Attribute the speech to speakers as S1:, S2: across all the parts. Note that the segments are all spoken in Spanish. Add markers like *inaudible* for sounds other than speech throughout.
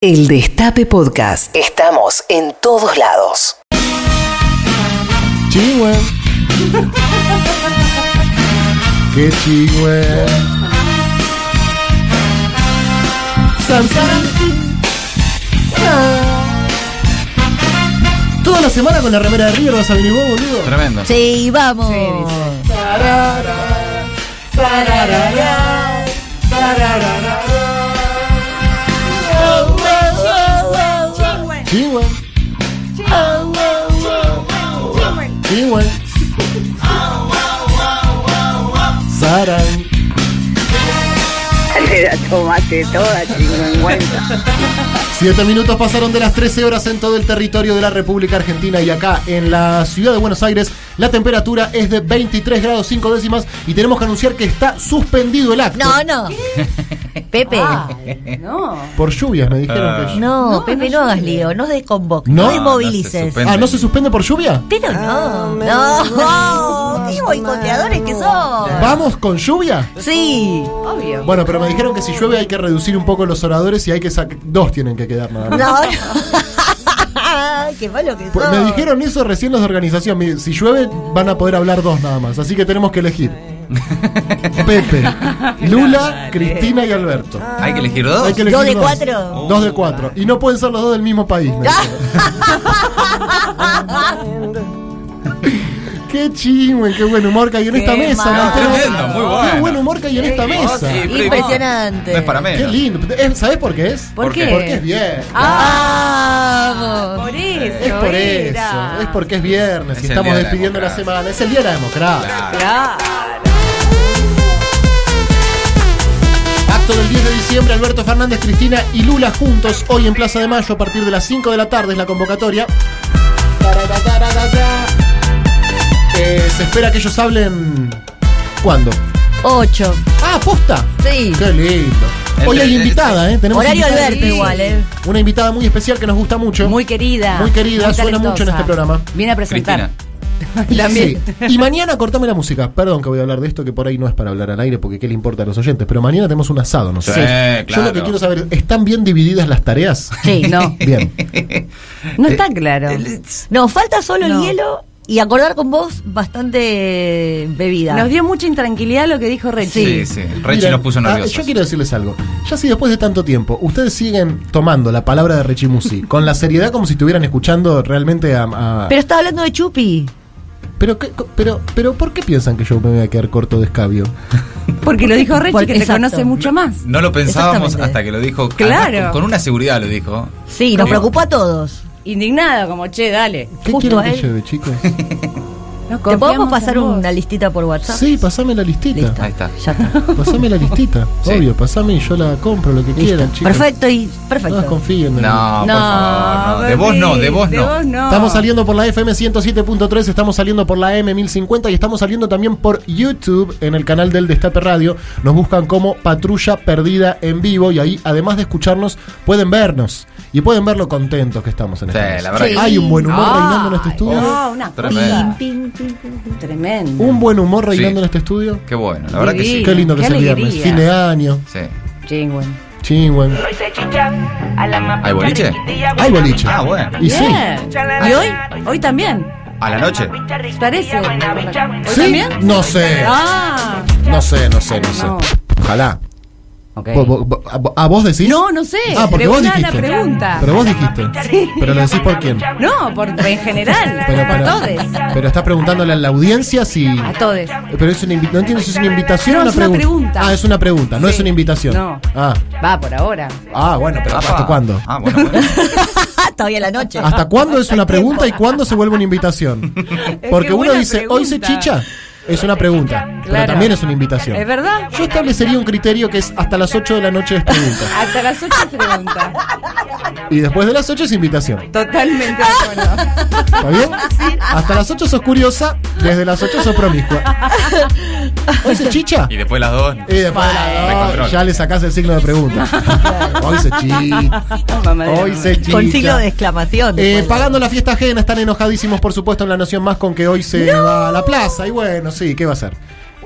S1: El Destape Podcast. Estamos en todos lados.
S2: Chihue. Qué chihue. Toda la semana con la remera de River vas a venir vos, boludo.
S3: Tremendo.
S4: Sí, vamos.
S2: Chihue. Chihue. Sarán.
S5: Te la tomaste toda, chingüengüenza.
S2: Siete minutos pasaron de las 13 horas en todo el territorio de la República Argentina y acá en la ciudad de Buenos Aires la temperatura es de 23 grados 5 décimas y tenemos que anunciar que está suspendido el acto.
S4: No, no. Pepe.
S5: No.
S2: Por lluvias me dijeron que...
S4: No,
S5: No,
S4: Pepe,
S5: no
S4: no, hagas
S5: llueve.
S4: lío, no desconvoques,
S2: No.
S4: no,
S2: No,
S3: no se
S4: desmovilices.
S3: suspende.
S2: Ah, ¿no se suspende por lluvia?
S4: Pero no, no, qué boicoteadores que son.
S2: ¿Vamos con lluvia?
S4: Sí,
S5: Obvio.
S2: Bueno, pero me dijeron que si llueve hay que reducir un poco los oradores y hay que sacar... Dos tienen que quedar nada
S4: no,
S2: más.
S4: no. *laughs* qué malo que
S2: Pues
S4: son.
S2: Me dijeron eso recién los de organización. me- Si llueve van a poder hablar dos nada más. Así que tenemos que
S3: *laughs*
S2: elegir. Pepe, Lula, Cristina y Alberto.
S3: Hay que elegir dos.
S2: Hay que
S4: ¿Dos
S2: elegir
S4: de cuatro?
S2: Dos de cuatro. Y no pueden ser los dos del mismo país. me
S3: *laughs*
S2: dijeron. qué chingüe, qué buen humor que hay en esta
S4: Qué
S2: mesa.
S4: mal.
S2: ¿no? Tenemos-
S3: Tremendo, muy
S2: Qué
S3: bueno.
S2: buen humor que hay en esta mesa.
S3: Sí, primo.
S4: Impresionante.
S3: No es para
S2: Qué
S3: menos.
S2: lindo. ¿Sabes por qué es?
S3: ¿Por qué?
S2: Porque es bien.
S4: Vamos.
S5: Por eso.
S2: Es por
S5: era.
S2: eso, es porque es viernes
S3: Es
S2: y
S3: el
S2: estamos
S3: día de la
S2: despidiendo la
S3: democracia.
S2: semana. Es el día de la democracia.
S5: Claro.
S2: Acto del 10 de diciembre, Alberto Fernández, Cristina y Lula juntos, hoy en Plaza de Mayo, a partir de las 5 de la tarde es la convocatoria. Tarataratata. Eh, se espera que ellos hablen... ¿Cuándo?
S4: Ocho.
S2: Ah, posta.
S4: Sí.
S2: Qué lindo. Hoy
S3: Entre-
S2: hay invitada, ¿eh? Tenemos
S4: Horario
S2: invitada.
S4: Alberto igual, ¿eh?
S2: Una invitada muy especial que nos gusta mucho.
S6: Muy querida.
S2: Muy querida,
S6: muy
S2: suena mucho en
S6: talentosa.
S2: este programa.
S6: Viene a presentar.
S3: Cristina.
S2: Sí. Y mañana cortame la música. Perdón que voy a hablar de esto, que por ahí no es para hablar al aire, porque qué le importa a los oyentes. Pero mañana tenemos un asado, ¿no sé.
S3: Sí,
S2: Yo lo
S3: claro.
S2: que quiero saber, ¿están bien divididas las tareas?
S6: Sí, no.
S2: *laughs* Bien. Eh,
S6: No está claro.
S4: No, falta solo
S6: No.
S4: el hielo y acordar con vos bastante bebida.
S6: *laughs* Nos dio mucha intranquilidad lo que dijo Rechi.
S3: Sí, sí. Rechi
S2: Miren,
S3: nos puso
S2: ah,
S3: nerviosos.
S2: yo quiero decirles algo. Ya si después de tanto tiempo ustedes siguen tomando la palabra de Richie Musi con la seriedad como si estuvieran escuchando realmente a. a-
S4: Pero estaba hablando de Chupi.
S2: pero, qué- pero, pero, ¿por qué piensan que yo me voy a quedar corto de escabio?
S6: Porque lo dijo Rechi,
S4: Por-
S6: que
S4: exacto.
S6: te conoce mucho más.
S3: No lo pensábamos
S4: Exactamente.
S3: hasta que lo dijo.
S6: Claro.
S3: Además, Con, con una seguridad lo dijo.
S4: Sí, nos
S3: Como-
S4: preocupó a todos.
S6: Indignada, como, che, dale.
S2: ¿Qué
S4: Justo
S2: quieren
S4: a
S2: que
S4: él.
S2: lleve,
S4: *laughs*
S2: chicos?
S6: Nos
S4: ¿Te
S6: confiamos
S4: podemos pasar
S6: en vos.
S4: una listita por WhatsApp?
S2: sí, pasame la listita.
S4: Listo.
S3: Ahí está.
S2: *laughs*
S4: Ya está.
S2: Pasame la listita,
S3: *laughs* Sí.
S2: obvio, pasame y yo la compro, lo que quieran, chicos.
S4: Perfecto y
S2: No
S4: perfecto.
S2: desconfíen de mí.
S3: No, por favor. No. De vos no, de vos
S6: Bernie,
S3: no.
S2: Estamos saliendo por la FM 107.3, estamos saliendo por la M1050 y estamos saliendo también por YouTube en el canal del Destape Radio. Nos buscan como Patrulla Perdida en Vivo y ahí, además de escucharnos, pueden vernos y pueden ver lo contentos que estamos en
S3: Sí, Ah.
S2: este momento.
S3: la verdad
S4: Sí.
S3: que
S2: Hay un buen humor reinando en este
S6: Ay,
S2: estudio.
S6: No, una
S3: Tremendo.
S6: cosa tremenda.
S2: Un buen humor reinando
S3: Sí.
S2: en este estudio.
S3: Qué bueno, la verdad que sí.
S2: Qué lindo que
S6: Qué
S2: es el viernes,
S6: alegría.
S2: fin de año.
S3: Sí.
S6: Chingüen.
S2: Chingüen.
S3: ¿Hay boliche?
S2: Hay boliche.
S3: Ah, bueno.
S2: Y sí.
S6: Bien. ¿Y hoy? ¿Hoy también?
S3: ¿A la noche?
S6: ¿Parece? ¿Hoy
S2: ¿Sí?
S6: también?
S2: No sé.
S6: Ah.
S2: No sé, no sé, no sé.
S6: No.
S2: Ojalá.
S6: Ok.
S2: Vos- vos- vos- a- ¿A vos decís?
S6: No, no sé.
S2: Ah, porque vos
S6: Preguntá la
S2: dijiste.
S6: pregunta.
S2: Pero vos dijiste. Pero lo decís por quién.
S6: No, por, en general.
S2: Pero,
S6: por
S2: pero-
S6: todos.
S2: pero estás preguntándole a la audiencia si.
S6: A todos.
S2: Pero es una invi- no entiendo si es una invitación
S6: No,
S2: o una
S6: es una
S2: pregunta.
S6: pregunta.
S2: Ah, es una pregunta, no
S6: Sí.
S2: es una invitación.
S6: No.
S2: Ah.
S6: Va por ahora.
S2: Ah, bueno, pero ¿hasta
S3: Apa.
S2: cuándo?
S3: Ah, bueno, bueno.
S4: Ah, todavía la noche.
S2: ¿Hasta cuándo es una pregunta y cuándo se vuelve una
S6: *laughs*
S2: invitación? Porque
S6: qué
S2: uno
S6: buena
S2: dice, hoy se
S6: pregunta.
S2: chicha. Es una pregunta, pero
S6: Claro.
S2: también es una invitación.
S6: ¿Es verdad?
S2: Yo establecería un criterio que es hasta las 8 de la noche es pregunta.
S6: Hasta las 8 preguntas.
S2: Y después de las 8 es invitación.
S6: Totalmente de acuerdo.
S2: ¿Está bien? Hasta las 8 sos curiosa, desde las 8 sos promiscua. ¿Hoy se chicha?
S3: Y después
S2: *laughs*
S3: las dos.
S2: Y después de
S3: Vale.
S2: las dos, ya le sacás el signo de pregunta. Hoy se
S4: *laughs*
S2: chicha.
S6: Mamadera,
S2: Hoy se chicha.
S4: Con signo de exclamación.
S2: Eh,
S4: después.
S2: pagando la fiesta ajena, están enojadísimos, por supuesto, en la noción más con que hoy se va a la plaza. Y bueno, sí, ¿qué va a ser?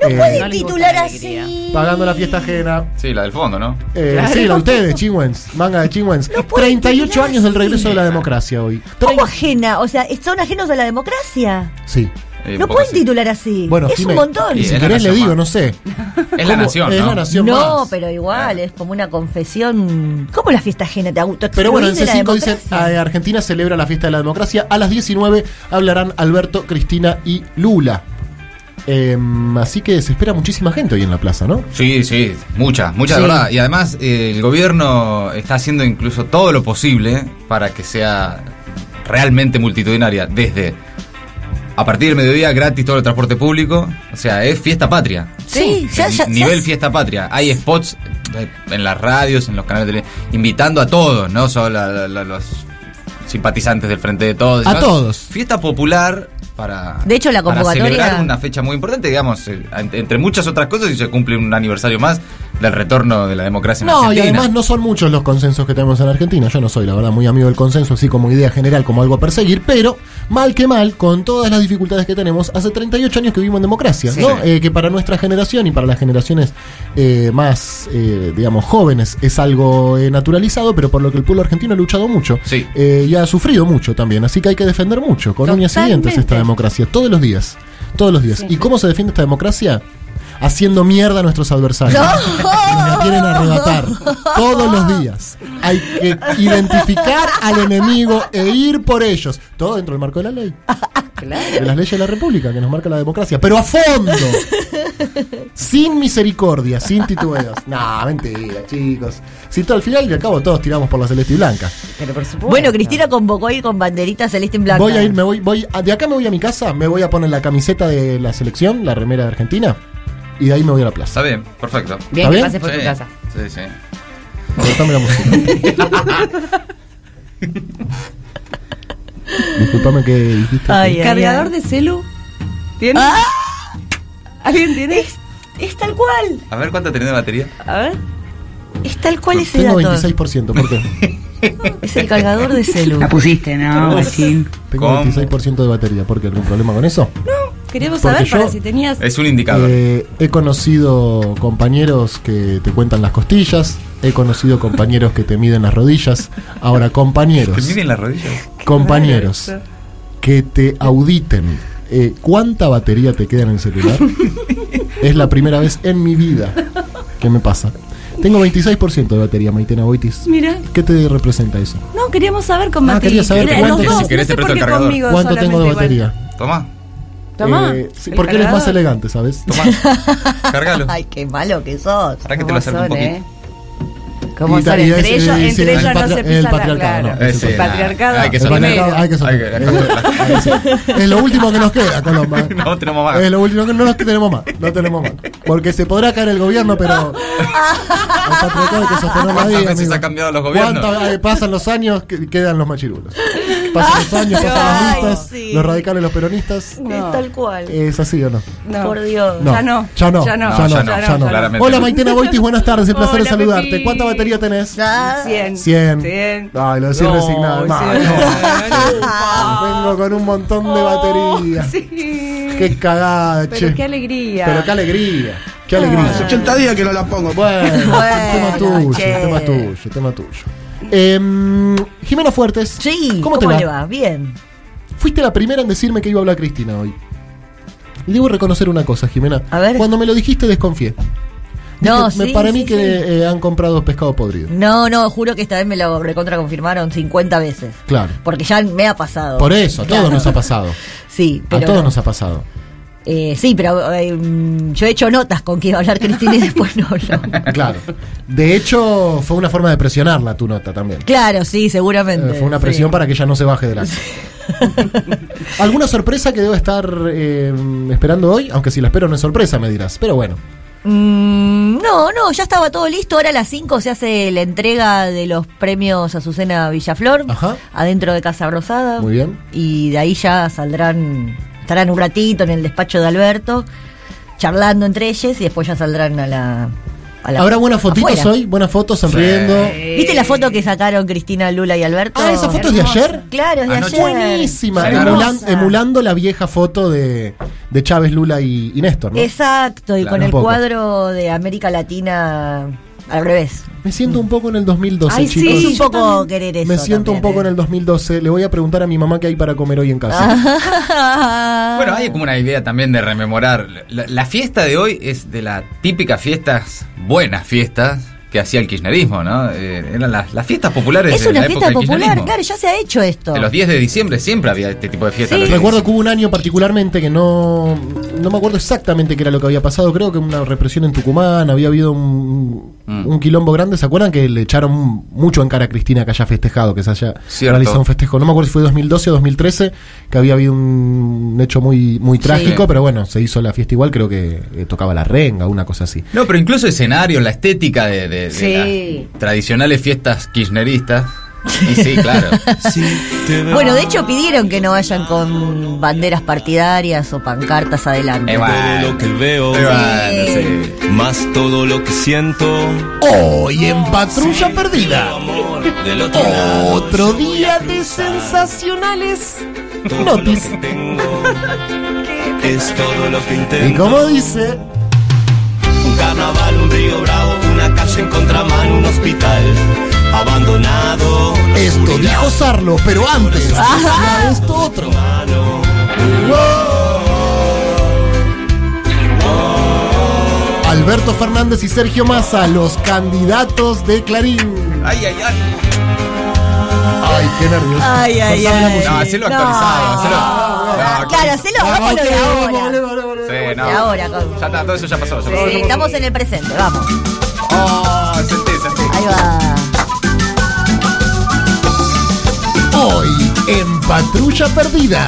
S4: No
S2: Eh,
S4: puede
S6: No le importa
S4: titular
S6: la alegría.
S4: así.
S2: Pagando la fiesta ajena.
S3: Sí, la del fondo, ¿no?
S2: Eh,
S6: Claro.
S2: Sí, la de ustedes, Chingüens. Manga de Chingüens.
S4: puede
S2: 38
S4: titular
S2: años del
S4: así.
S2: regreso de la democracia hoy. Trein-
S4: ¿Cómo ajena? O sea, son ajenos a la democracia.
S2: Sí.
S4: No
S3: Eh, un poco
S4: pueden
S3: así.
S4: titular así.
S2: Bueno,
S4: es
S2: Jime,
S4: un montón.
S2: y
S3: Sí,
S2: si
S3: es la
S2: querés le
S3: nación
S2: digo,
S3: más.
S2: no sé.
S3: Es *laughs* la
S2: ¿Cómo?
S3: nación, ¿no?
S2: Es la nación
S4: No,
S2: más.
S4: pero igual, es como una confesión. ¿Cómo la fiesta ajena te auto
S2: Pero bueno, en
S4: de la
S2: C5 dicen,
S4: democracia?
S2: "Ah, Argentina celebra la fiesta de la democracia. A las 19 hablarán Alberto, Cristina y Lula. Em, así que se espera muchísima gente hoy en la plaza, ¿no?
S3: Sí, sí, muchas, muchas
S2: Sí.
S3: de verdad. Y además eh, el gobierno está haciendo incluso todo lo posible para que sea realmente multitudinaria. Desde a partir del mediodía gratis todo el transporte público. O sea, es fiesta patria.
S4: Sí, ya,
S3: Ni-
S4: ya-
S3: nivel
S4: ya-
S3: fiesta patria. Hay spots eh, en las radios, en los canales de tele, invitando a todos, no solo a, la- la- los simpatizantes del Frente de Todos.
S2: A
S3: sino
S2: todos.
S3: Fiesta popular para...
S4: De hecho, la
S3: para
S4: convocatoria-
S3: celebrar una fecha muy importante, digamos, eh, ent- entre muchas otras cosas, y se cumple un aniversario más del retorno de la democracia en
S2: No, y
S3: Argentina.
S2: además no son muchos los consensos que tenemos en Argentina. Yo no soy, la verdad, muy amigo del consenso, así como idea general, como algo a perseguir. Pero, mal que mal, con todas las dificultades que tenemos, hace 38 años que vivimos en democracia,
S3: Sí.
S2: ¿no? Eh, que para nuestra generación y para las generaciones eh, más, eh, digamos, jóvenes es algo eh, naturalizado, pero por lo que el pueblo argentino ha luchado mucho.
S3: Sí.
S2: Eh, y ha sufrido mucho también. Así que hay que defender mucho, con uñas y
S6: Totalmente.
S2: dientes, esta democracia. Todos los días. Todos los días. ¿Y cómo se defiende esta democracia? Haciendo mierda a nuestros adversarios. Nos la quieren arrebatar todos los días. Hay que identificar al enemigo e ir por ellos. Todo dentro del marco de la ley,
S6: Claro.
S2: de las leyes de la República que nos marca la democracia. Pero a fondo, sin misericordia, sin titubeos. No, mentira, chicos. Si todo al final y al cabo todos tiramos por la celeste y blanca.
S6: Pero por supuesto.
S4: Bueno, Cristina convocó ir con banderita celeste en blanco.
S2: Voy a ir, me voy, voy, a- de acá me voy a mi casa, me voy a poner la camiseta de la selección, la remera de Argentina, y de ahí me voy a la plaza.
S3: *laughs* Está bien, perfecto.
S6: Bien
S2: ¿Está
S6: que
S2: bien?
S6: pases por
S3: Sí,
S6: tu casa.
S3: Sí, sí.
S2: Cortame la música. Disculpame que dijiste.
S4: Ay, ay,
S6: ¿Cargador
S4: ay.
S6: de celu? ¿Tiene? ¿Alguien tiene?
S4: Es tal cual.
S3: A ver cuánto tenés de batería.
S6: A ver.
S4: Es tal cual ese
S2: Tengo
S4: dato.
S2: 26%, ¿por qué?
S4: Es el cargador
S2: *laughs*
S4: de celu.
S5: La pusiste, ¿no, machín?
S2: Tengo
S3: ¿Cómo?
S2: 26% de batería, ¿por qué? ¿Algún problema con eso?
S6: Queríamos
S2: Porque
S6: saber para
S2: yo-
S6: si tenías.
S3: Es un indicador.
S2: Eh, he conocido compañeros que te cuentan las costillas, he conocido compañeros que te miden las rodillas. Ahora, compañeros.
S3: ¿Te miden las rodillas?
S2: compañeros que te auditen eh, cuánta batería te queda en el
S6: *laughs*
S2: celular es la primera vez en mi vida que me pasa. Tengo 26% de batería, Maitena Boitis.
S6: Mira.
S2: ¿Qué te representa eso?
S6: No, queríamos saber con
S2: Ah,
S6: Mati.
S2: quería saber
S6: Mira,
S2: cuánto-
S6: los dos,
S2: Si
S3: querés te
S6: no
S3: presto
S6: sé por
S3: el
S6: qué
S3: cargador.
S6: conmigo
S2: ¿Cuánto tengo de
S6: solamente
S2: batería?
S3: Toma,
S6: igual. Tomá.
S2: Eh, sí,
S6: el
S2: porque eres más
S6: cargador.
S2: elegante, ¿sabes?
S6: *laughs*
S3: toma. Cárgalo.
S4: Ay, qué malo que sos.
S3: Para que te lo acerque un
S6: son,
S3: poquito.
S6: eh? ¿Cómo
S2: Y ta-
S6: son?
S2: y
S6: Entre
S2: es-
S6: ellos,
S2: y sí,
S6: entre
S2: el
S6: ellos no
S2: patria-
S6: se
S2: el
S6: pisan la
S2: patriarcado,
S6: claro.
S2: no,
S3: ese,
S6: el
S3: nada.
S6: patriarcado.
S3: Hay que
S2: El patriarcado, hay que
S3: Hay que-
S2: soltar. Eh,
S3: *laughs*
S2: Es lo último que nos queda, Colomba.
S3: No tenemos más.
S2: Es lo último que no nos tenemos más. No tenemos más. Porque se podrá caer el gobierno, pero. el patriarcado hay que sostenerlo
S3: ¿Cuántas
S2: ahí,
S3: veces
S2: amigo.
S3: ha cambiado los gobiernos?
S2: ¿Cuántas- eh, pasan los años que quedan los machirulos. Pasan los años, pasan
S4: Ay,
S2: los listas,
S4: sí.
S2: los radicales, los peronistas.
S4: Es tal cual.
S2: ¿Es así o no?
S6: No.
S4: Por Dios.
S2: No,
S6: Ya no.
S2: Ya no.
S6: Ya no.
S2: Ya no.
S3: No, ya no,
S2: ya no.
S3: claramente.
S2: Hola Maitena Boitis, buenas tardes. El placer de
S6: Hola,
S2: saludarte.
S6: Pepi.
S2: ¿Cuánta batería tenés?
S4: Ah,
S6: 100.
S2: 100.
S6: 100.
S2: Ay, lo decís resignado. No,
S6: *laughs*
S2: Vengo con un montón de batería.
S6: Sí.
S2: Qué cagada,
S6: Pero
S2: che.
S6: qué alegría. Ah.
S2: Pero qué alegría. Qué alegría.
S7: Hace 80 días que no la pongo.
S2: Bueno, tema tuyo,
S4: che.
S2: tema tuyo, tema tuyo. Em, Jimena Fuertes.
S4: Sí,
S2: ¿cómo, te va?
S4: le va? Bien.
S2: Fuiste la primera en decirme que iba a hablar Cristina hoy. Y debo reconocer una cosa, Jimena.
S4: A ver.
S2: Cuando me lo dijiste, desconfié.
S4: No,
S2: Dije, me-
S4: sí,
S2: Para
S4: sí,
S2: mí que
S4: sí.
S2: eh, han comprado pescado podrido.
S4: No, no, juro que esta vez me lo recontra confirmaron 50 veces.
S2: Claro.
S4: Porque ya me ha pasado.
S2: Por eso, a todos
S4: Claro.
S2: nos ha
S4: *laughs*
S2: pasado.
S4: Sí, pero.
S2: a todos nos ha pasado.
S4: eh, sí, pero eh, mm, yo he hecho notas con que iba a hablar Cristina y después no,
S2: *laughs*
S4: no.
S2: Claro. De hecho, fue una forma de presionarla tu nota también.
S4: Claro, sí, seguramente.
S2: Eh, fue una presión para que ella no se baje de la. *laughs* ¿Alguna sorpresa que debo estar eh, esperando hoy? Aunque si la espero no es sorpresa, me dirás. Pero bueno.
S4: Mm, no, no, ya estaba todo listo. Ahora a las 5 se hace la entrega de los premios Azucena Villaflor.
S2: Ajá.
S4: Adentro de Casa Rosada.
S2: Muy bien.
S4: Y de ahí ya saldrán, estarán un ratito en el despacho de Alberto, charlando entre ellos y después ya saldrán a la, a la-
S2: Habrá buenas fotitos
S4: afuera.
S2: hoy, buenas fotos sonriendo.
S4: ¿Viste la foto que sacaron Cristina Lula y Alberto?
S2: Ah, ¿esa foto es de ayer?
S4: Claro, es de
S3: Anoche.
S4: ayer.
S2: Buenísima,
S3: Claro.
S2: emulan- emulando la vieja foto de, de Chávez, Lula y, y Néstor. ¿no?
S4: Exacto, y
S3: Claro,
S4: con
S2: un
S4: el
S2: poco.
S4: cuadro de América Latina al revés.
S2: Me siento un poco en el 2012,
S6: Ay, sí,
S2: chicos.
S4: es un
S6: yo
S4: poco
S6: también.
S4: querer eso.
S2: Me siento un
S4: también,
S2: poco en
S4: ¿eh? Ah.
S2: el 2012. Le voy a preguntar a mi mamá qué hay para comer hoy en casa. Ah.
S3: Bueno, hay como una idea también de rememorar. La, la fiesta de hoy es de las típicas fiestas, buenas fiestas, que hacía el kirchnerismo, ¿no? Eh, eran las, las fiestas populares
S4: Es
S3: de
S4: una
S3: la
S4: fiesta
S3: época del
S4: popular,
S3: kirchnerismo.
S4: claro, ya se ha hecho esto.
S3: De los 10 de diciembre siempre había este tipo de fiestas.
S4: Sí.
S3: los días de
S2: Recuerdo que hubo un año particularmente que no, no me acuerdo exactamente qué era lo que había pasado. Creo que una represión en Tucumán, había habido un,
S3: Mm.
S2: un quilombo grande. ¿Se acuerdan que le echaron mucho en cara a Cristina que haya festejado, que se haya
S3: Cierto.
S2: realizado un festejo? No me acuerdo si fue 2012 o 2013, que había habido un hecho muy, muy trágico, pero bueno, se hizo la fiesta igual. Creo que eh, tocaba la renga, una cosa así.
S3: No, pero incluso escenario, la estética de, de- de
S4: Sí.
S3: las tradicionales fiestas kirchneristas. Y sí,
S4: *laughs*
S3: claro.
S4: Bueno, de hecho pidieron que no vayan con banderas partidarias o pancartas adelante.
S3: Eh,
S7: Todo lo que veo,
S3: Eh, bueno, sí.
S7: más todo lo que siento.
S2: Hoy en Patrulla Perdida.
S7: Del otro lado,
S2: Otro día de
S6: Sensacionales.
S7: todo lo que
S2: notis.
S7: tengo es todo lo que
S2: Y
S7: intento.
S2: como dice,
S7: Un carnaval, un río bravo, una calle en contramano, un hospital abandonado. la
S2: esto
S7: oscuridad,
S2: dijo Sarlo, pero antes hacía esto otro.
S7: mano.
S2: Alberto Fernández y Sergio Massa, los candidatos de Clarín.
S3: Ay, ay, ay.
S2: Ay, qué nervios.
S4: Ay, ay,
S2: Cortame la
S4: ay.
S3: No, hacelo actualizado, hacelo.
S4: Ah,
S3: No,
S4: claro, hacelo
S2: Ah,
S4: vamos con lo de ahora.
S3: Sí, no.
S4: De ahora, con-
S3: Ya está, todo eso ya pasó. Ya pasó.
S4: Sí, estamos en el presente, vamos.
S3: Oh, senté, senté.
S4: Ahí va.
S2: Hoy en Patrulla Perdida.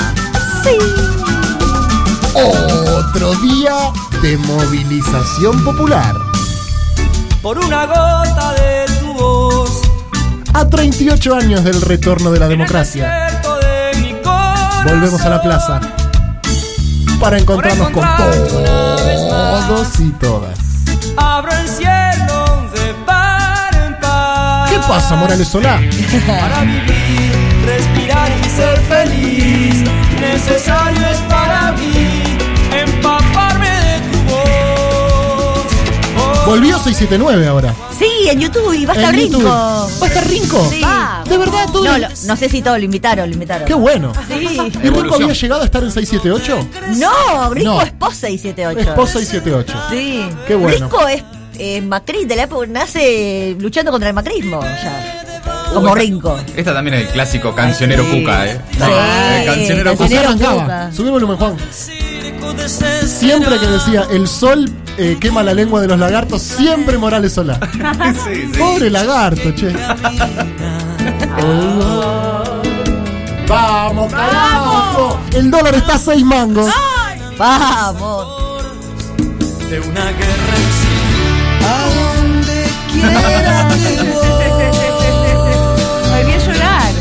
S2: Otro día de movilización popular.
S8: por una gota de tu voz.
S2: A 38 años del retorno de la democracia,
S8: En el desierto de mi corazón.
S2: volvemos a la plaza para encontrarnos con
S8: encontrarte una vez más.
S2: todos y todas.
S8: Abro el cielo de par en par.
S2: ¿Qué pasa, Morales Solá?
S8: Para vivir, respirar y ser feliz, necesario es para mí empaparme de tu voz. Oh,
S2: Volvió 679 ahora.
S4: Sí, en YouTube y basta
S2: En
S4: Rinco.
S2: YouTube. ¿Va a estar Rinco?
S4: Sí.
S2: De verdad, todo.
S4: No, lo- no sé si todo lo invitaron, lo invitaron.
S2: Qué bueno.
S4: Sí.
S2: ¿Y Rinco
S3: Evolución.
S2: había llegado a estar en 678?
S4: No, Brisco
S2: No.
S4: es post 678.
S2: Es post 678.
S4: Sí.
S2: Qué bueno.
S4: Brisco es eh, Macri, de la época nace luchando contra el macrismo ya. Como
S3: Uy,
S4: Rinco.
S3: Esta también es el clásico cancionero
S4: sí.
S3: cuca, ¿eh?
S4: Sí,
S3: Eh, cancionero
S2: Así
S3: cuca.
S4: Cancionero
S2: arrancaba.
S4: Cuca.
S2: Subí el volumen, Juan.
S8: circo de sensación.
S2: Siempre que decía el sol eh, quema la lengua de los lagartos, siempre Morales Solá.
S3: *laughs* Sí, sí.
S2: Pobre lagarto, che.
S4: Ah.
S2: ¡Vamos, carajo! El dólar está a 6 mangos.
S4: Ah. Vamos.
S8: de una guerra en sí.
S4: *laughs*
S6: Volví a llorar.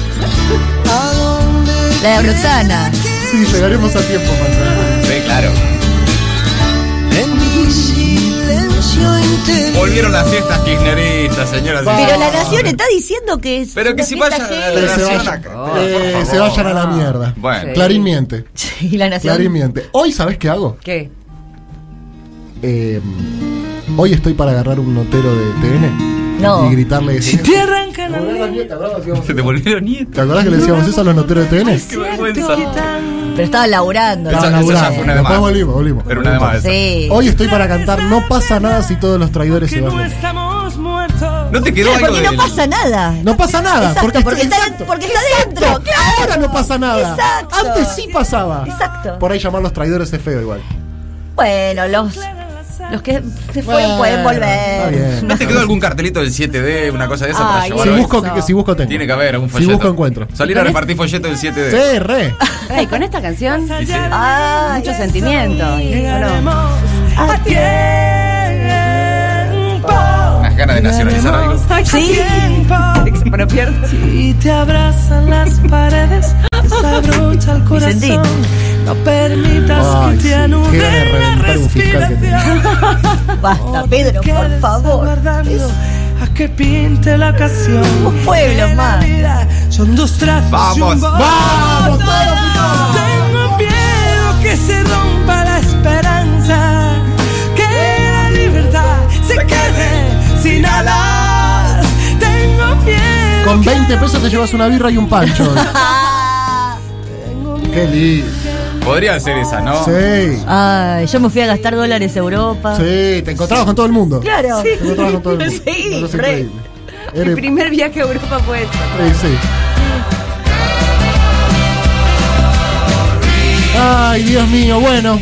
S4: La de Roxana.
S2: Sí, llegaremos a tiempo, Juan.
S3: Sí, claro. Volvieron las fiestas kirchneristas, señoras. y
S2: Va.
S4: Pero la
S3: señores.
S4: nación está diciendo que es.
S3: Pero que
S4: una
S3: si
S4: fiesta
S3: vayan a
S4: gay.
S3: la
S2: Pero se
S3: nación
S2: vayan,
S3: acá.
S2: eh,
S3: Ah, Por favor.
S2: se vayan a la mierda.
S3: Bueno.
S2: Clarín miente.
S4: *laughs* Y la nación.
S2: Clarín miente. Hoy, ¿sabes qué hago?
S4: ¿Qué?
S2: Eh, hoy estoy para agarrar un notero de TN
S4: No.
S2: y gritarle.
S6: Te arrancan a mí.
S3: Se te volvieron nietos.
S2: ¿Te acordás que le decíamos eso a los noteros de TN?
S3: Qué vergüenza.
S4: Pero estaba laburando.
S3: Esa-
S2: Estaban
S3: esa
S2: laburando.
S3: ya fue una de
S2: Después
S3: más.
S2: volvimos, volvimos.
S3: Pero nada más.
S4: Sí.
S2: Hoy estoy para cantar No pasa nada si todos los traidores se
S8: Que no
S2: van.
S8: estamos muertos.
S3: ¿No te quedó
S4: Claro,
S3: algo
S4: porque no
S3: del-
S4: pasa nada.
S2: No pasa nada.
S4: Exacto,
S2: porque,
S4: porque está-
S2: exacto.
S4: porque está
S2: Exacto.
S4: dentro, claro.
S2: Ahora no pasa nada.
S4: Exacto.
S2: Antes sí pasaba.
S4: Exacto.
S2: Por ahí llamar los traidores es feo igual.
S4: Bueno, los, los que se fueron
S2: Bueno,
S4: pueden
S2: está bien.
S4: volver.
S3: ¿No te quedó algún cartelito del 7D, una cosa de esa para
S6: Ay,
S3: llevar
S2: Si
S3: hoy?
S2: busco, que- si busco tengo.
S3: Tiene que haber algún
S2: Si
S3: folleto.
S2: busco encuentro.
S3: Salir a repartir folleto del 7D.
S2: Sí, re.
S6: Ay, con esta canción,
S3: Y sí.
S4: Ay,
S6: mucho sentimiento. y bueno,
S8: Llegaremos a tiempo.
S3: Unas ganas de nacionalizar algo.
S8: Llegaremos a
S4: Sí.
S8: tiempo.
S6: expropiar.
S8: Y te abrazan las paredes, desabrocha el
S4: Vicentín.
S8: corazón. No permitas
S2: Ay,
S8: que
S2: sí,
S8: te
S2: qué
S8: anude
S2: ganas de
S8: la
S2: reventar un fiscal que tenés.
S8: respiración.
S4: Basta, Pedro, por
S8: Quedes
S4: favor.
S8: aguardando a que pinte la ocasión.
S4: Un pueblo
S8: De la
S4: más.
S8: vida son dos trazos y un
S3: Vamos,
S8: botón.
S2: vamos, todos
S8: Tengo miedo que se rompa la esperanza, que la libertad se quede sin alas. Tengo miedo.
S2: Con 20 pesos te llevas una birra y un pancho.
S4: Ah.
S2: *laughs* Qué lindo.
S3: Podría ser esa, ¿no?
S2: Sí.
S4: Ay, yo me fui a gastar dólares a Europa.
S2: Sí, te encontrabas con todo el mundo.
S4: Claro.
S2: Te encontrabas con todo el
S6: *laughs*
S2: mundo.
S4: Sí,
S2: Una cosa
S4: re.
S2: increíble.
S6: Mi
S2: Eres-
S6: primer viaje a Europa fue eso.
S2: Sí, sí. Ay, Dios mío, bueno.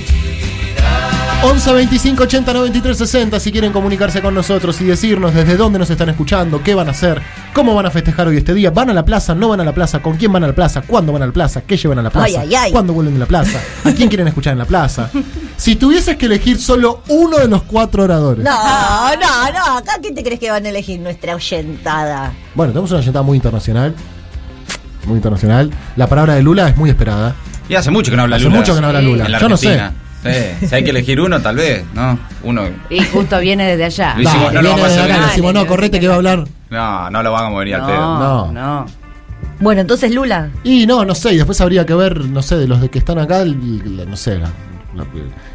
S2: 11 25 80 93 60 si quieren comunicarse con nosotros y decirnos desde dónde nos están escuchando, qué van a hacer, cómo van a festejar hoy este día, van a la plaza, no van a la plaza, con quién van a la plaza, cuándo van a la plaza, qué llevan a la plaza,
S4: Ay, ay, ay.
S2: cuándo vuelven de la plaza, a quién quieren escuchar en la plaza.
S6: *laughs*
S2: Si tuvieses que elegir solo uno de los cuatro oradores.
S4: No, no, no. ¿Acá quién te crees que van a elegir nuestra oyentada?
S2: Bueno, tenemos una llantada muy internacional. Muy internacional. La palabra de Lula es muy esperada.
S3: Y hace mucho que no habla
S2: Hace
S3: Lula.
S2: mucho que no habla Lula.
S3: En la
S2: Yo no sé.
S3: Argentina. Sí, Si hay que elegir uno, tal vez, ¿no? Uno.
S6: Y justo viene desde allá.
S3: Lo hicimos,
S2: Dale,
S3: no lo
S2: viene
S3: vamos a
S2: de
S3: hacer
S2: acá,
S3: bien.
S2: decimos, no, correte que va a hablar.
S3: No, no lo vamos a venir al pedo.
S2: No.
S6: No, no.
S4: Bueno, entonces Lula.
S2: Y no, no sé, y después habría que ver, no sé, de los de que están acá, el- el- no sé, la- la-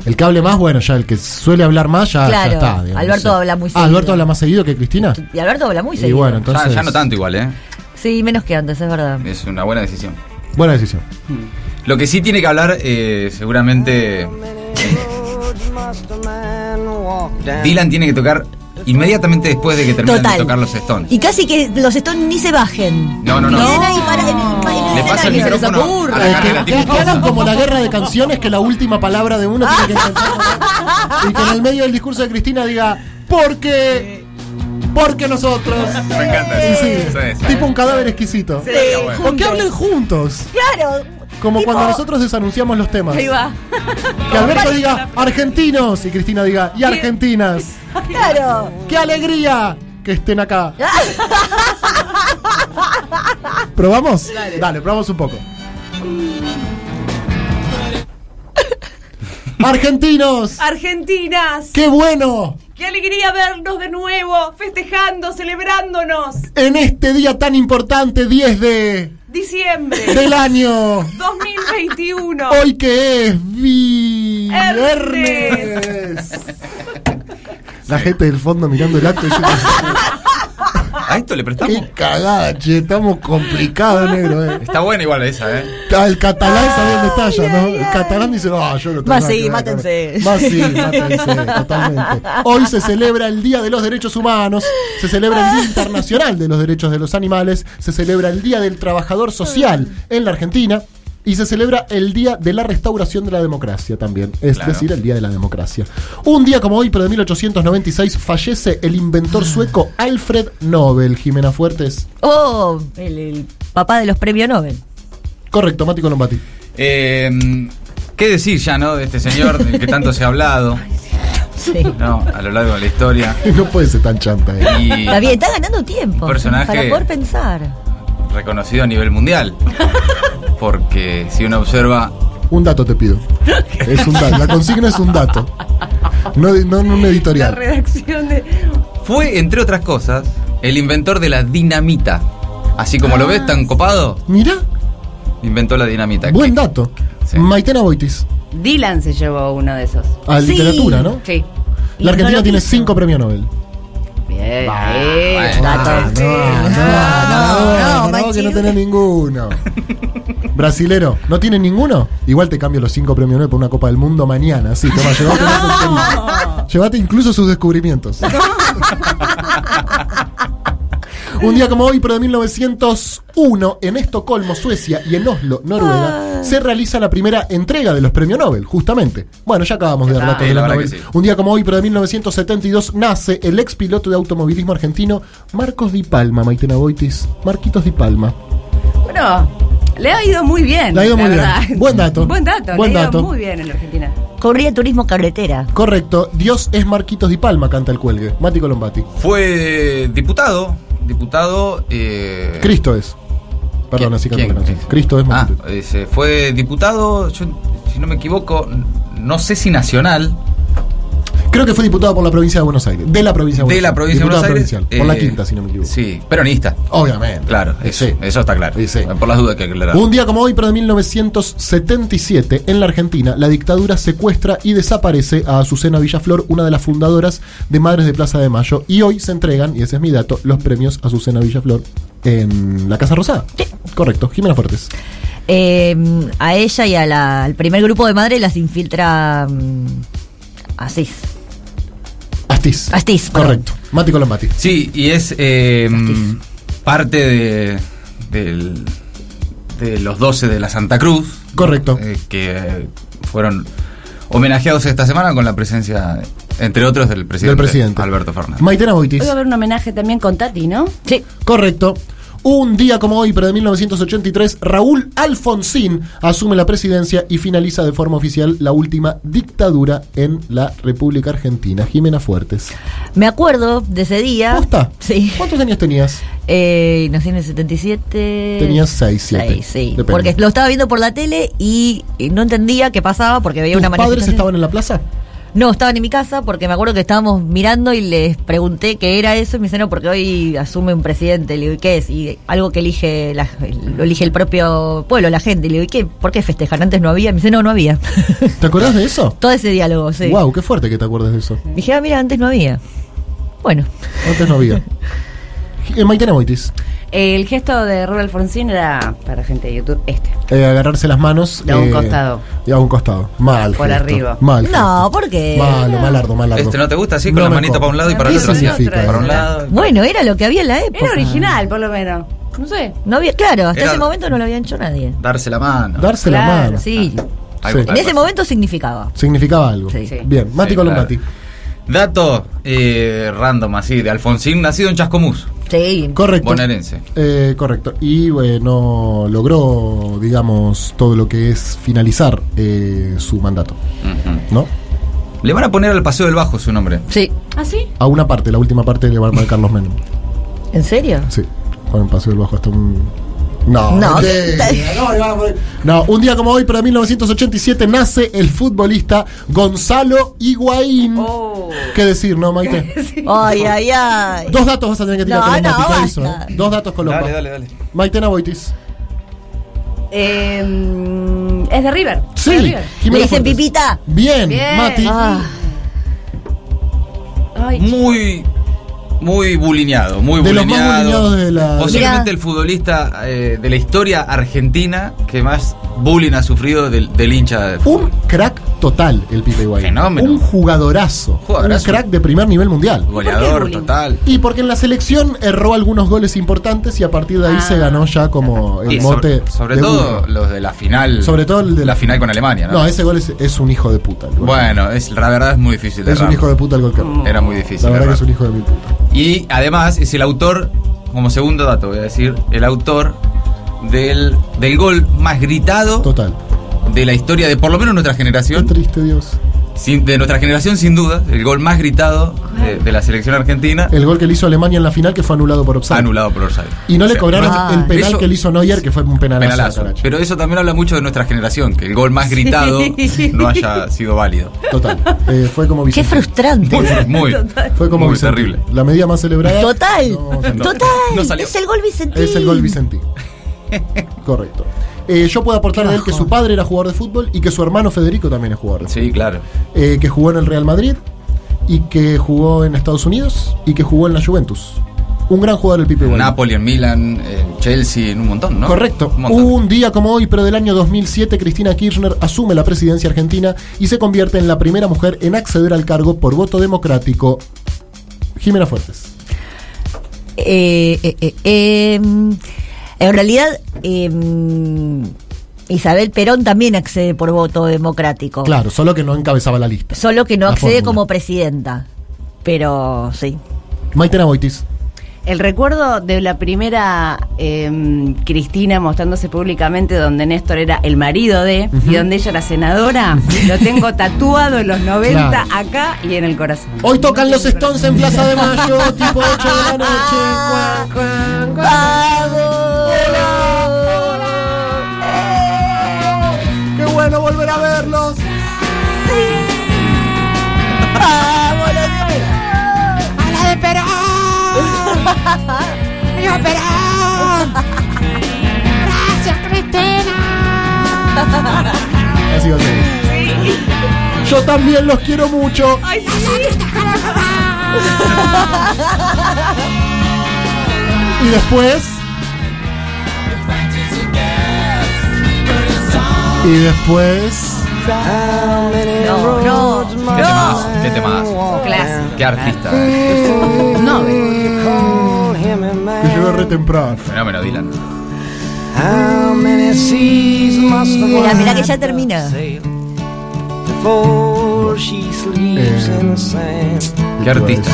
S2: el que hable más, bueno, ya el que suele hablar más, ya, ya
S4: Claro,
S2: está. digamos,
S4: Alberto
S2: no sé.
S4: habla muy
S2: Ah, Alberto
S4: seguido.
S2: habla más seguido que Cristina.
S4: Y Alberto habla muy
S2: y
S4: seguido.
S2: bueno,
S3: Ya-
S2: entonces.
S3: ya no tanto igual, ¿eh?
S4: Sí, menos que antes, es verdad.
S3: Es una buena decisión.
S2: Buena decisión.
S3: Lo que sí tiene que hablar, eh, seguramente. Dylan tiene que tocar inmediatamente después de que terminen de tocar los Stones.
S4: Y casi que los Stones ni se bajen.
S3: No, no, no.
S4: Queden ahí para, en el, pa- en el
S3: Le pasa el
S4: escenario.
S3: micrófono
S4: Se les ocurre.
S3: a la
S2: Eh,
S3: carrera,
S2: que,
S3: tipo
S2: que hagan
S3: cosa.
S2: como la guerra de canciones que la última palabra de uno tiene que encontrar con- y que en el medio del discurso de Cristina diga porque porque nosotros
S3: Me encanta.
S2: Y
S3: Sí,
S2: sí,
S3: sí, sí.
S2: tipo un cadáver exquisito
S3: Estaría bueno.
S2: o que hablen juntos
S4: Claro.
S2: como
S4: Tipo,
S2: cuando nosotros desanunciamos los temas
S6: Ahí va.
S2: que Alberto diga argentinos y Cristina diga y argentinas
S4: Claro.
S2: qué alegría que estén acá probamos dale, probamos un poco argentinos
S6: Argentinas,
S2: ¡Qué bueno!
S6: qué alegría vernos de nuevo, festejando, celebrándonos.
S2: En este día tan importante, 10 de,
S6: Diciembre
S2: del año,
S6: 2021.
S2: hoy que es viernes. La gente del fondo mirando el acto diciendo,
S3: A esto le prestamos.
S2: qué cagada, che, estamos complicados, negro. Eh.
S3: Está buena igual esa, ¿eh?
S2: Ah, El catalán sabía dónde está ya, ¿no? El catalán dice, ah, yo no tengo
S4: Va
S2: nada
S4: sí,
S2: que ver con
S4: mátense.
S2: esto". Va sí, mátense,
S4: *laughs*
S2: totalmente. Hoy se celebra el Día de los Derechos Humanos, se celebra
S4: *laughs*
S2: el Día Internacional de los Derechos de los Animales, se celebra el Día del Trabajador Social en la Argentina y se celebra el Día de la Restauración de la Democracia también, es
S3: Claro.
S2: decir, el Día de la Democracia. Un día como hoy, pero de 1896, fallece el inventor sueco Alfred Nobel, Jimena Fuertes.
S4: Oh, el, el papá de los premios Nobel.
S2: Correcto, Mati Colombati. *laughs*
S3: Eh, ¿Qué decir ya, no? De este señor del que tanto se ha hablado,
S4: Sí.
S3: ¿no? A lo largo de la historia.
S2: No puede ser tan chanta, eh.
S3: Y
S4: Está bien, está ganando tiempo.
S3: Personaje-
S4: Para poder pensar.
S3: reconocido a nivel mundial. Porque si uno observa.
S2: Un dato te pido. Es un dato. La consigna es un dato. No, de- no, no un
S6: La
S2: editorial.
S6: redacción de.
S3: Fue, entre otras cosas, el inventor de la dinamita. Así como lo ves tan copado,
S2: Mirá,
S3: inventó la dinamita.
S2: Ah. buen
S3: Que-
S2: dato.
S3: Sí.
S2: Maitena Boitis.
S6: Dylan se llevó uno de esos.
S2: A Ah,
S4: Sí.
S2: literatura, ¿no?
S6: Sí.
S4: Y no
S2: La Argentina
S4: lo
S2: tiene
S4: quiso.
S2: cinco premios Nobel.
S6: Bien.
S3: bueno.
S2: Ah, no, no,
S4: no,
S2: para vos que no
S4: Machín.
S2: tenés ninguno. *laughs* Brasilero, ¿no tiene ninguno? Igual te cambio los cinco premios Nobel por una Copa del Mundo mañana. Sí, toma, llevate, la tontería. Llevate incluso sus descubrimientos. Un día como hoy, pero de 1901, en Estocolmo, Suecia y en Oslo,
S6: Ah.
S2: Noruega, se realiza la primera entrega de los premios Nobel, justamente. Bueno, ya acabamos de dar datos
S3: Sí,
S2: de
S3: la
S2: los
S3: verdad
S2: Nobel.
S3: que sí.
S2: Un día como hoy, pero de 1972, nace el ex piloto de automovilismo argentino Marcos Di Palma, Maitena Boitis. Marquitos Di Palma.
S6: Bueno, le ha ido muy bien.
S2: Le ha ido
S6: la
S2: muy bien.
S6: verdad.
S2: Buen dato.
S6: Buen dato.
S2: Buen
S6: le ha ido
S2: dato.
S6: muy bien en la Argentina.
S4: Corría turismo carretera.
S2: Correcto, Dios es Marquitos Di Palma, canta el cuelgue. Mati Colombati.
S3: Fue eh, diputado. Diputado. eh,
S2: Cristo es. Perdón,
S3: ¿Quién-
S2: así canta la
S3: quién
S2: canción.
S3: es?
S2: Cristo es
S3: Ah,
S2: Marquitos.
S3: ese, fue diputado. Yo si no me equivoco, no sé si nacional,
S2: Creo que fue diputado por la provincia de Buenos Aires. De la provincia de Buenos
S3: de la
S2: Aires.
S3: provincia de
S2: Diputado
S3: Buenos Aires.
S2: provincial, por la
S3: eh,
S2: quinta, si no me equivoco.
S3: Sí, peronista.
S2: Obviamente.
S3: Claro,
S2: Sí.
S3: eso, eso está claro.
S2: Sí.
S3: Por las dudas que hay que aclarar.
S2: Un día como hoy, pero de 1977, en la Argentina, la dictadura secuestra y desaparece a Azucena Villaflor, una de las fundadoras de Madres de Plaza de Mayo. Y hoy se entregan, y ese es mi dato, los premios Azucena Villaflor en la Casa Rosada. Correcto, Jimena Fuertes.
S4: Eh, a ella y a la- al primer grupo de madre las infiltra mm, Asís.
S2: Astiz.
S4: Astiz, perdón.
S2: Correcto. Mati Colombati.
S3: Sí, y es eh,
S4: Justicia.
S3: parte de, del- de los 12 de la Santa Cruz,
S2: Correcto.
S3: eh, que fueron homenajeados esta semana con la presencia, entre otros, del presidente,
S2: del presidente.
S3: Alberto Fernández.
S2: Maitena Boitis.
S9: Hoy va a haber un homenaje también con Tati, ¿no?
S4: Sí.
S2: Correcto. Un día como hoy, pero de 1983, Raúl Alfonsín asume la presidencia y finaliza de forma oficial la última dictadura en la República Argentina. Jimena Fuertes.
S4: Me acuerdo de ese día.
S2: ¿Posta?
S4: Sí.
S2: ¿Cuántos años tenías?
S4: Eh, nací en el 77.
S2: Tenías seis, siete.
S4: Seis, sí.
S2: Depende.
S4: Porque lo estaba viendo por la tele y eh, no entendía qué pasaba porque veía
S2: ¿Tus
S4: una
S2: padres
S4: manifestación.
S2: estaban en la plaza?
S4: No, estaban en mi casa porque me acuerdo que estábamos mirando y les pregunté qué era eso y me dicen, no, porque hoy asume un presidente. Le digo, ¿y qué es? Y algo que elige la- lo elige el propio pueblo, la gente. Y le digo, ¿y qué? ¿Por qué festejan? Antes no había. Y me dice, no, no había. *laughs*
S2: ¿Te acordás de eso?
S4: Todo ese diálogo, sí.
S2: Wow, qué fuerte que te acuerdes de eso.
S4: Dije, ah, mira, antes no había. Bueno,
S2: Antes no había. Eh, Maitena Boitis.
S9: El gesto de Rubén Alfonsín era para gente de YouTube este.
S2: Eh, agarrarse las manos.
S9: De a un
S2: eh,
S9: costado.
S2: De a un costado. Mal.
S9: Por
S2: gesto.
S9: arriba.
S2: Mal.
S4: no,
S2: gesto.
S4: ¿por qué?
S2: Malo, malardo, malardo.
S3: ¿Este no te gusta? así con
S2: No
S3: la
S2: me
S3: manita
S2: copa.
S3: para un lado y para
S2: ¿Qué
S3: el otro así.
S2: significa
S3: Para un
S2: eso?
S3: lado.
S4: Bueno, era lo que había en la época.
S9: Era original, por lo menos. No sé.
S4: No había, claro, hasta
S3: Era-
S4: ese momento no lo había hecho nadie.
S3: Darse la mano.
S2: Darse la
S9: Claro,
S2: mano.
S4: Sí.
S3: Algo-
S2: Sí.
S4: En ese
S3: algo
S4: momento significaba.
S2: Significaba algo.
S4: Sí.
S9: Sí.
S2: Bien, Mati
S3: Sí,
S2: Colombati.
S3: claro. Dato eh, random así, de Alfonsín, nacido en Chascomús,
S4: Sí.
S2: Correcto.
S3: bonaerense.
S2: Eh, correcto. Y bueno, logró, digamos, todo lo que es finalizar eh, su mandato,
S3: Ujú.
S2: ¿no?
S3: Le van a poner al Paseo del Bajo su nombre.
S4: Sí.
S9: ¿Ah, sí?
S2: A una parte, la última parte le va a marcar Carlos Menem.
S4: ¿En serio?
S2: Sí, con el paseo del bajo hasta un. No,
S4: No.
S2: mentira,
S4: *laughs*
S2: no, le van a poner- no, un día como hoy, pero en 1987 nace el futbolista Gonzalo Higuaín.
S9: Oh.
S2: ¿Qué decir, no, Maite?
S4: *laughs* Ay, ay, ay.
S2: Dos datos vas a tener que tirar
S4: No,
S2: Colomba,
S4: no,
S2: te aviso,
S4: basta.
S2: eh. Dos datos Colomba.
S3: Dale, dale, dale.
S2: Maitena Boitis.
S9: Eh, es de River. De
S2: Sí,
S9: River.
S4: Le
S2: Jimena
S4: dicen
S2: Fuentes.
S4: pipita.
S2: Bien,
S9: Bien.
S2: Mati.
S4: Ah,
S9: Ay,
S3: Muy, muy bulineado, muy
S2: De los más
S3: bulineado.
S2: bulineados de la-
S3: Posiblemente
S4: Mirá.
S3: el futbolista eh, de la historia argentina que más bullying ha sufrido del, del hincha de
S2: Un crack total el Pipe Higuaín.
S3: Fenómeno.
S2: Un jugadorazo.
S3: Jugadorazo.
S2: Un crack de primer nivel mundial.
S3: goleador total.
S2: Y porque en la selección erró algunos goles importantes y a partir de ahí
S9: Ah.
S2: se ganó ya como el
S3: Y
S2: mote.
S3: sobre, sobre
S2: de
S3: todo
S2: burro.
S3: los de la final.
S2: Sobre todo el de
S3: la final con Alemania, ¿no?
S2: No, ese gol es, es un hijo de puta. el gol.
S3: Bueno, es, la verdad es muy difícil de
S2: es un
S3: errar.
S2: hijo de puta el gol que erró.
S4: Oh.
S3: Era muy difícil.
S2: La
S3: de
S2: verdad que
S3: errar.
S2: es un hijo de mil puta.
S3: Y además es el autor, como segundo dato voy a decir, el autor del, del gol más gritado
S2: Total.
S3: de la historia de por lo menos nuestra
S2: Qué
S3: generación.
S2: triste Dios.
S3: Sin- de nuestra generación sin duda, el gol más gritado de, de la selección argentina,
S2: El gol que le hizo Alemania en la final que fue anulado por offside.
S3: anulado por Orsay.
S2: Y no le cobraron
S4: Ah.
S2: el penal
S3: Eso-
S2: que le hizo Neuer, que fue un penalazo.
S3: Penalazo.
S2: caracho.
S3: Pero eso también habla mucho de nuestra generación, que el gol más gritado no haya sido
S2: *laughs*
S3: válido.
S2: Total. Eh, fue como
S4: qué
S2: Vicente.
S4: frustrante.
S3: Muy, muy,
S2: Fue como
S3: muy
S2: Vicente.
S3: terrible.
S2: La medida más celebrada.
S4: Total.
S2: No,
S3: no.
S4: Total.
S3: No salió.
S4: es el gol Vicentín.
S2: Es el gol Vicentí.
S4: *laughs*
S2: Correcto. Eh, yo puedo aportar
S4: Qué
S2: de él que
S4: bajón.
S2: su padre era jugador de fútbol y que su hermano Federico también es jugador de fútbol.
S3: Sí, claro.
S2: Eh, que jugó en el Real Madrid y que jugó en Estados Unidos y que jugó en la Juventus. Un gran jugador el Pipe Higuaín.
S3: Napoli en Milan, en Chelsea, en un montón, ¿no?
S2: Correcto.
S3: Un montón.
S2: Un día como hoy, pero del año 2007, Cristina Kirchner asume la presidencia argentina y se convierte en la primera mujer en acceder al cargo por voto democrático. Jimena Fuertes.
S4: Eh, eh, eh, eh, en realidad, eh, Isabel Perón también accede por voto democrático.
S2: Claro, solo que no encabezaba la lista.
S4: Solo que no
S2: La
S4: accede
S2: fórmula.
S4: como presidenta. Pero sí.
S2: Maitena Boitis.
S9: El recuerdo de la primera eh, Cristina mostrándose públicamente donde Néstor era el marido de y donde ella era senadora, lo tengo tatuado en los 90
S2: Claro.
S9: acá y en el corazón.
S2: Hoy tocan los Stones en Plaza de Mayo, tipo 8 de la noche. Cuá, cuá, cuá.
S4: ¡Vamos!
S2: ¡Qué bueno volver a verlo! Yo también los quiero mucho.
S6: ¡Ay, sí!
S2: Y después. Y después.
S4: No, no,
S3: Qué temazo, qué temazo.
S4: no. Clásico.
S3: Qué artista. eh.
S4: No,
S2: Que llegó re temprano.
S3: Fenómeno, Dylan.
S4: mira, mira que ya termina.
S3: Eh. Qué artista.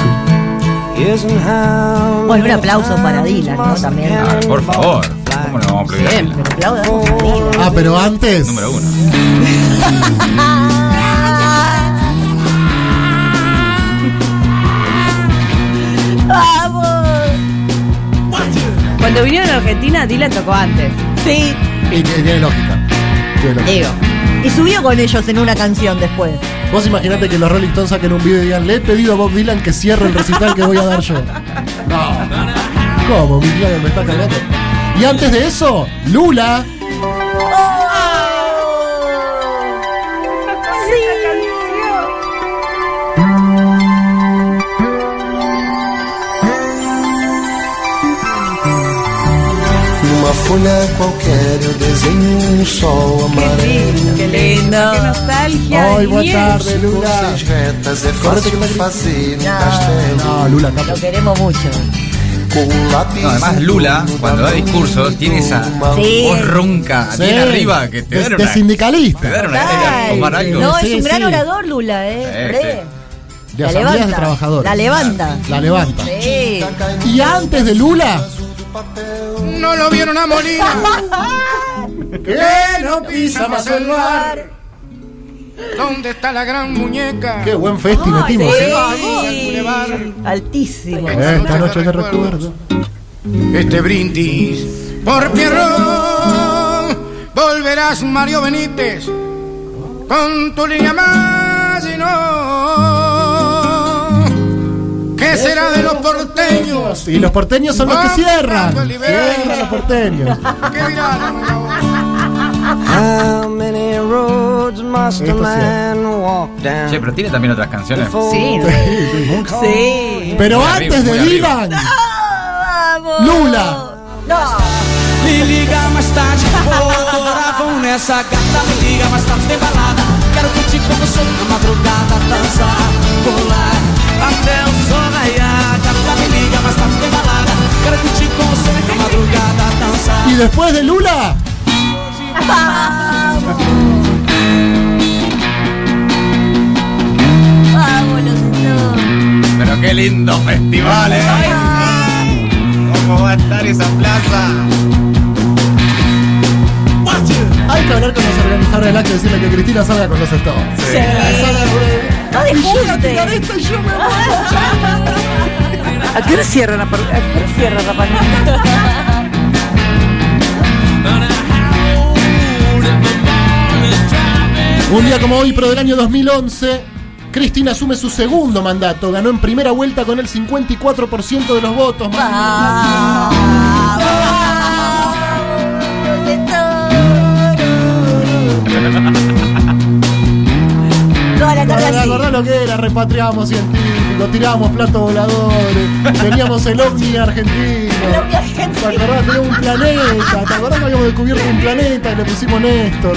S4: Bueno, un aplauso para Dylan, ¿no? También.
S3: Ah, por favor. ¿Cómo no vamos a prohibir a Dylan?
S4: Siempre, aplaudamos a Dylan.
S2: Ah, pero antes.
S3: Número uno.
S4: ¡Vamos!
S9: Cuando vinieron a Argentina, Dylan tocó antes.
S4: Sí.
S2: Y tiene tiene lógica. Tiene lógica.
S9: Digo.
S4: Y subió con ellos en una canción después.
S2: Vos imaginate que los Rolling Stones saquen un video y digan, le he pedido a Bob Dylan que cierre el recital que voy a dar yo. No. ¿Cómo? Mi tía me está cagando. Y antes de eso, Lula.
S10: Numa folha qualquer eu desenho um sol amarelo.
S9: Qué lindo. Qué nostalgia.
S2: Hoy, buenas
S9: Bien.
S2: tardes, Lula.
S10: Seis retas é fácil fazer um
S2: No,
S10: castelo
S2: Lula, acá.
S4: Lo queremos mucho.
S10: com um lápis. e
S3: No, además Lula, cuando da discursos, tiene esa
S4: Sí.
S3: voz ronca bien arriba que te
S2: de,
S3: dan
S2: de
S3: una... Te
S2: sindicalista.
S3: dan una gana de tomar algo.
S4: No, es
S2: Sí,
S4: un gran
S2: sí.
S4: orador, Lula, ¿eh?
S3: Sí,
S4: Re.
S3: sí.
S2: De
S4: La
S2: asambleas de
S4: levanta.
S2: trabajadores.
S4: La levanta.
S2: La levanta.
S4: Sí.
S2: Y antes de Lula.
S7: No lo vieron a morir.
S2: Que no pisa más el bar.
S7: ¿Dónde está la gran muñeca?
S2: Qué buen festi
S4: Ay,
S2: metimos, ¿eh?
S4: sí.
S3: *laughs*
S4: Altísimo.
S2: Esta noche de recuerdo.
S7: Este brindis por Pierrot. Volverás, Mario Benítez, con tu línea más y no. ¿Qué será de los porteños?
S2: Y los porteños son los que cierran. Cierran los porteños.
S7: ¿Qué dirá la nueva voz?
S2: Esto sí.
S3: Che, pero tiene también otras canciones.
S9: Sí, ¿no?
S4: Sí.
S2: Pero
S3: Muy arriba,
S2: antes de
S3: muy arriba.
S2: Dylan.
S4: Ah, ¡Vamos!
S2: Lula.
S4: No.
S8: Me liga mais tarde, bora com essa gata. Me liga mais tarde, tem balada. Quero curtir com você na madrugada, dançar, pular até o sol raiar. Gata, me liga mais tarde, tem balada. Quero curtir com você na madrugada, dançar.
S2: Y después de Lula.
S4: ¡Vamos, los dos!
S3: Pero qué lindo festival, eh. ¿Cómo va a estar esa plaza?
S2: Hay que hablar con los organizadores del acto y decirle que Cristina salga con los Stones.
S3: Sí.
S4: ¡No discute!
S5: ¿A qué hora cierra la par- ¿A qué hora cierra la palma?
S2: Un día como hoy, pero del año 2011, Cristina asume su segundo mandato. Ganó en primera vuelta con el 54% de los votos.
S4: Toda la tarde
S2: Ahora,
S4: así.
S2: ¿Acordás lo que era? Repatriábamos científicos, tirábamos platos voladores, teníamos el ovni
S4: El ovni
S2: argentino.
S4: argentino.
S2: ¿Te acordás? Teníamos un planeta. ¿Te acordás que habíamos descubierto un planeta y le pusimos Néstor?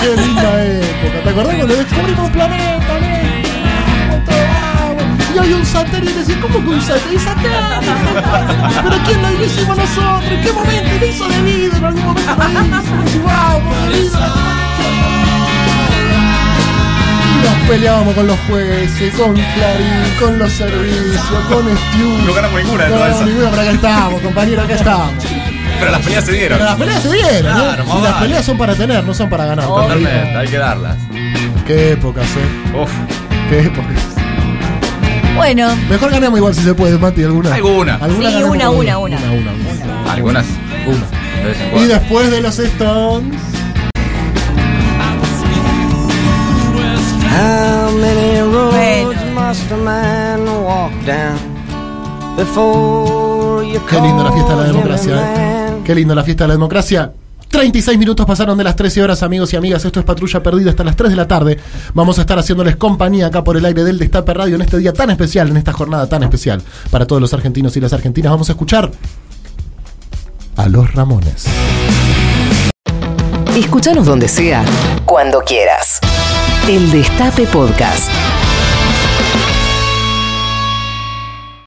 S2: Qué linda época. ¿Te acordás cuando descubrimos un planeta, Néstor? Vamos, vamos. Y hay un satélite, decís, ¿cómo que un satélite? satélite? ¿Pero quién lo hicimos nosotros? ¿En qué momento lo hizo de vida? En algún momento lo hizo. Vamos, de vida. Nos peleábamos con los jueces, con Clarín, con los servicios, con Stu.
S3: No ganamos ninguna de todas
S2: No,
S3: esas.
S2: ninguna, pero acá estamos, compañero, acá estamos.
S3: Pero las peleas se dieron.
S2: Pero las peleas se dieron, ¿eh?
S3: Claro, más
S2: Y las
S3: vale.
S2: peleas son para tener, no son para ganar.
S3: Totalmente, hay que darlas.
S2: Qué épocas, ¿eh?
S3: Uf,
S2: Qué épocas.
S4: Bueno,
S2: Mejor ganemos igual si se puede, Mati, alguna.
S3: Alguna.
S4: Sí,
S2: ganemos
S4: una,
S2: por
S4: una,
S2: ahí. una,
S4: una.
S2: una.
S3: algunas.
S2: Una.
S3: de vez en
S2: Y
S3: cuando.
S2: después de los Stones.
S10: How many roads
S4: Bueno.
S10: must a man walk down before you
S2: Qué linda la fiesta de
S10: call him a
S2: la
S4: Oh,
S2: democracia, ¿eh?
S10: man?
S2: Qué linda la fiesta de la democracia. 36 minutos pasaron de las 13 horas, amigos y amigas. Esto es Patrulla Perdida hasta las 3 de la tarde. Vamos a estar haciéndoles compañía acá por el aire del Destape Radio en este día tan especial, en esta jornada tan especial para todos los argentinos y las argentinas. Vamos a escuchar a los Ramones.
S1: Escúchanos donde sea, cuando quieras. El Destape Podcast.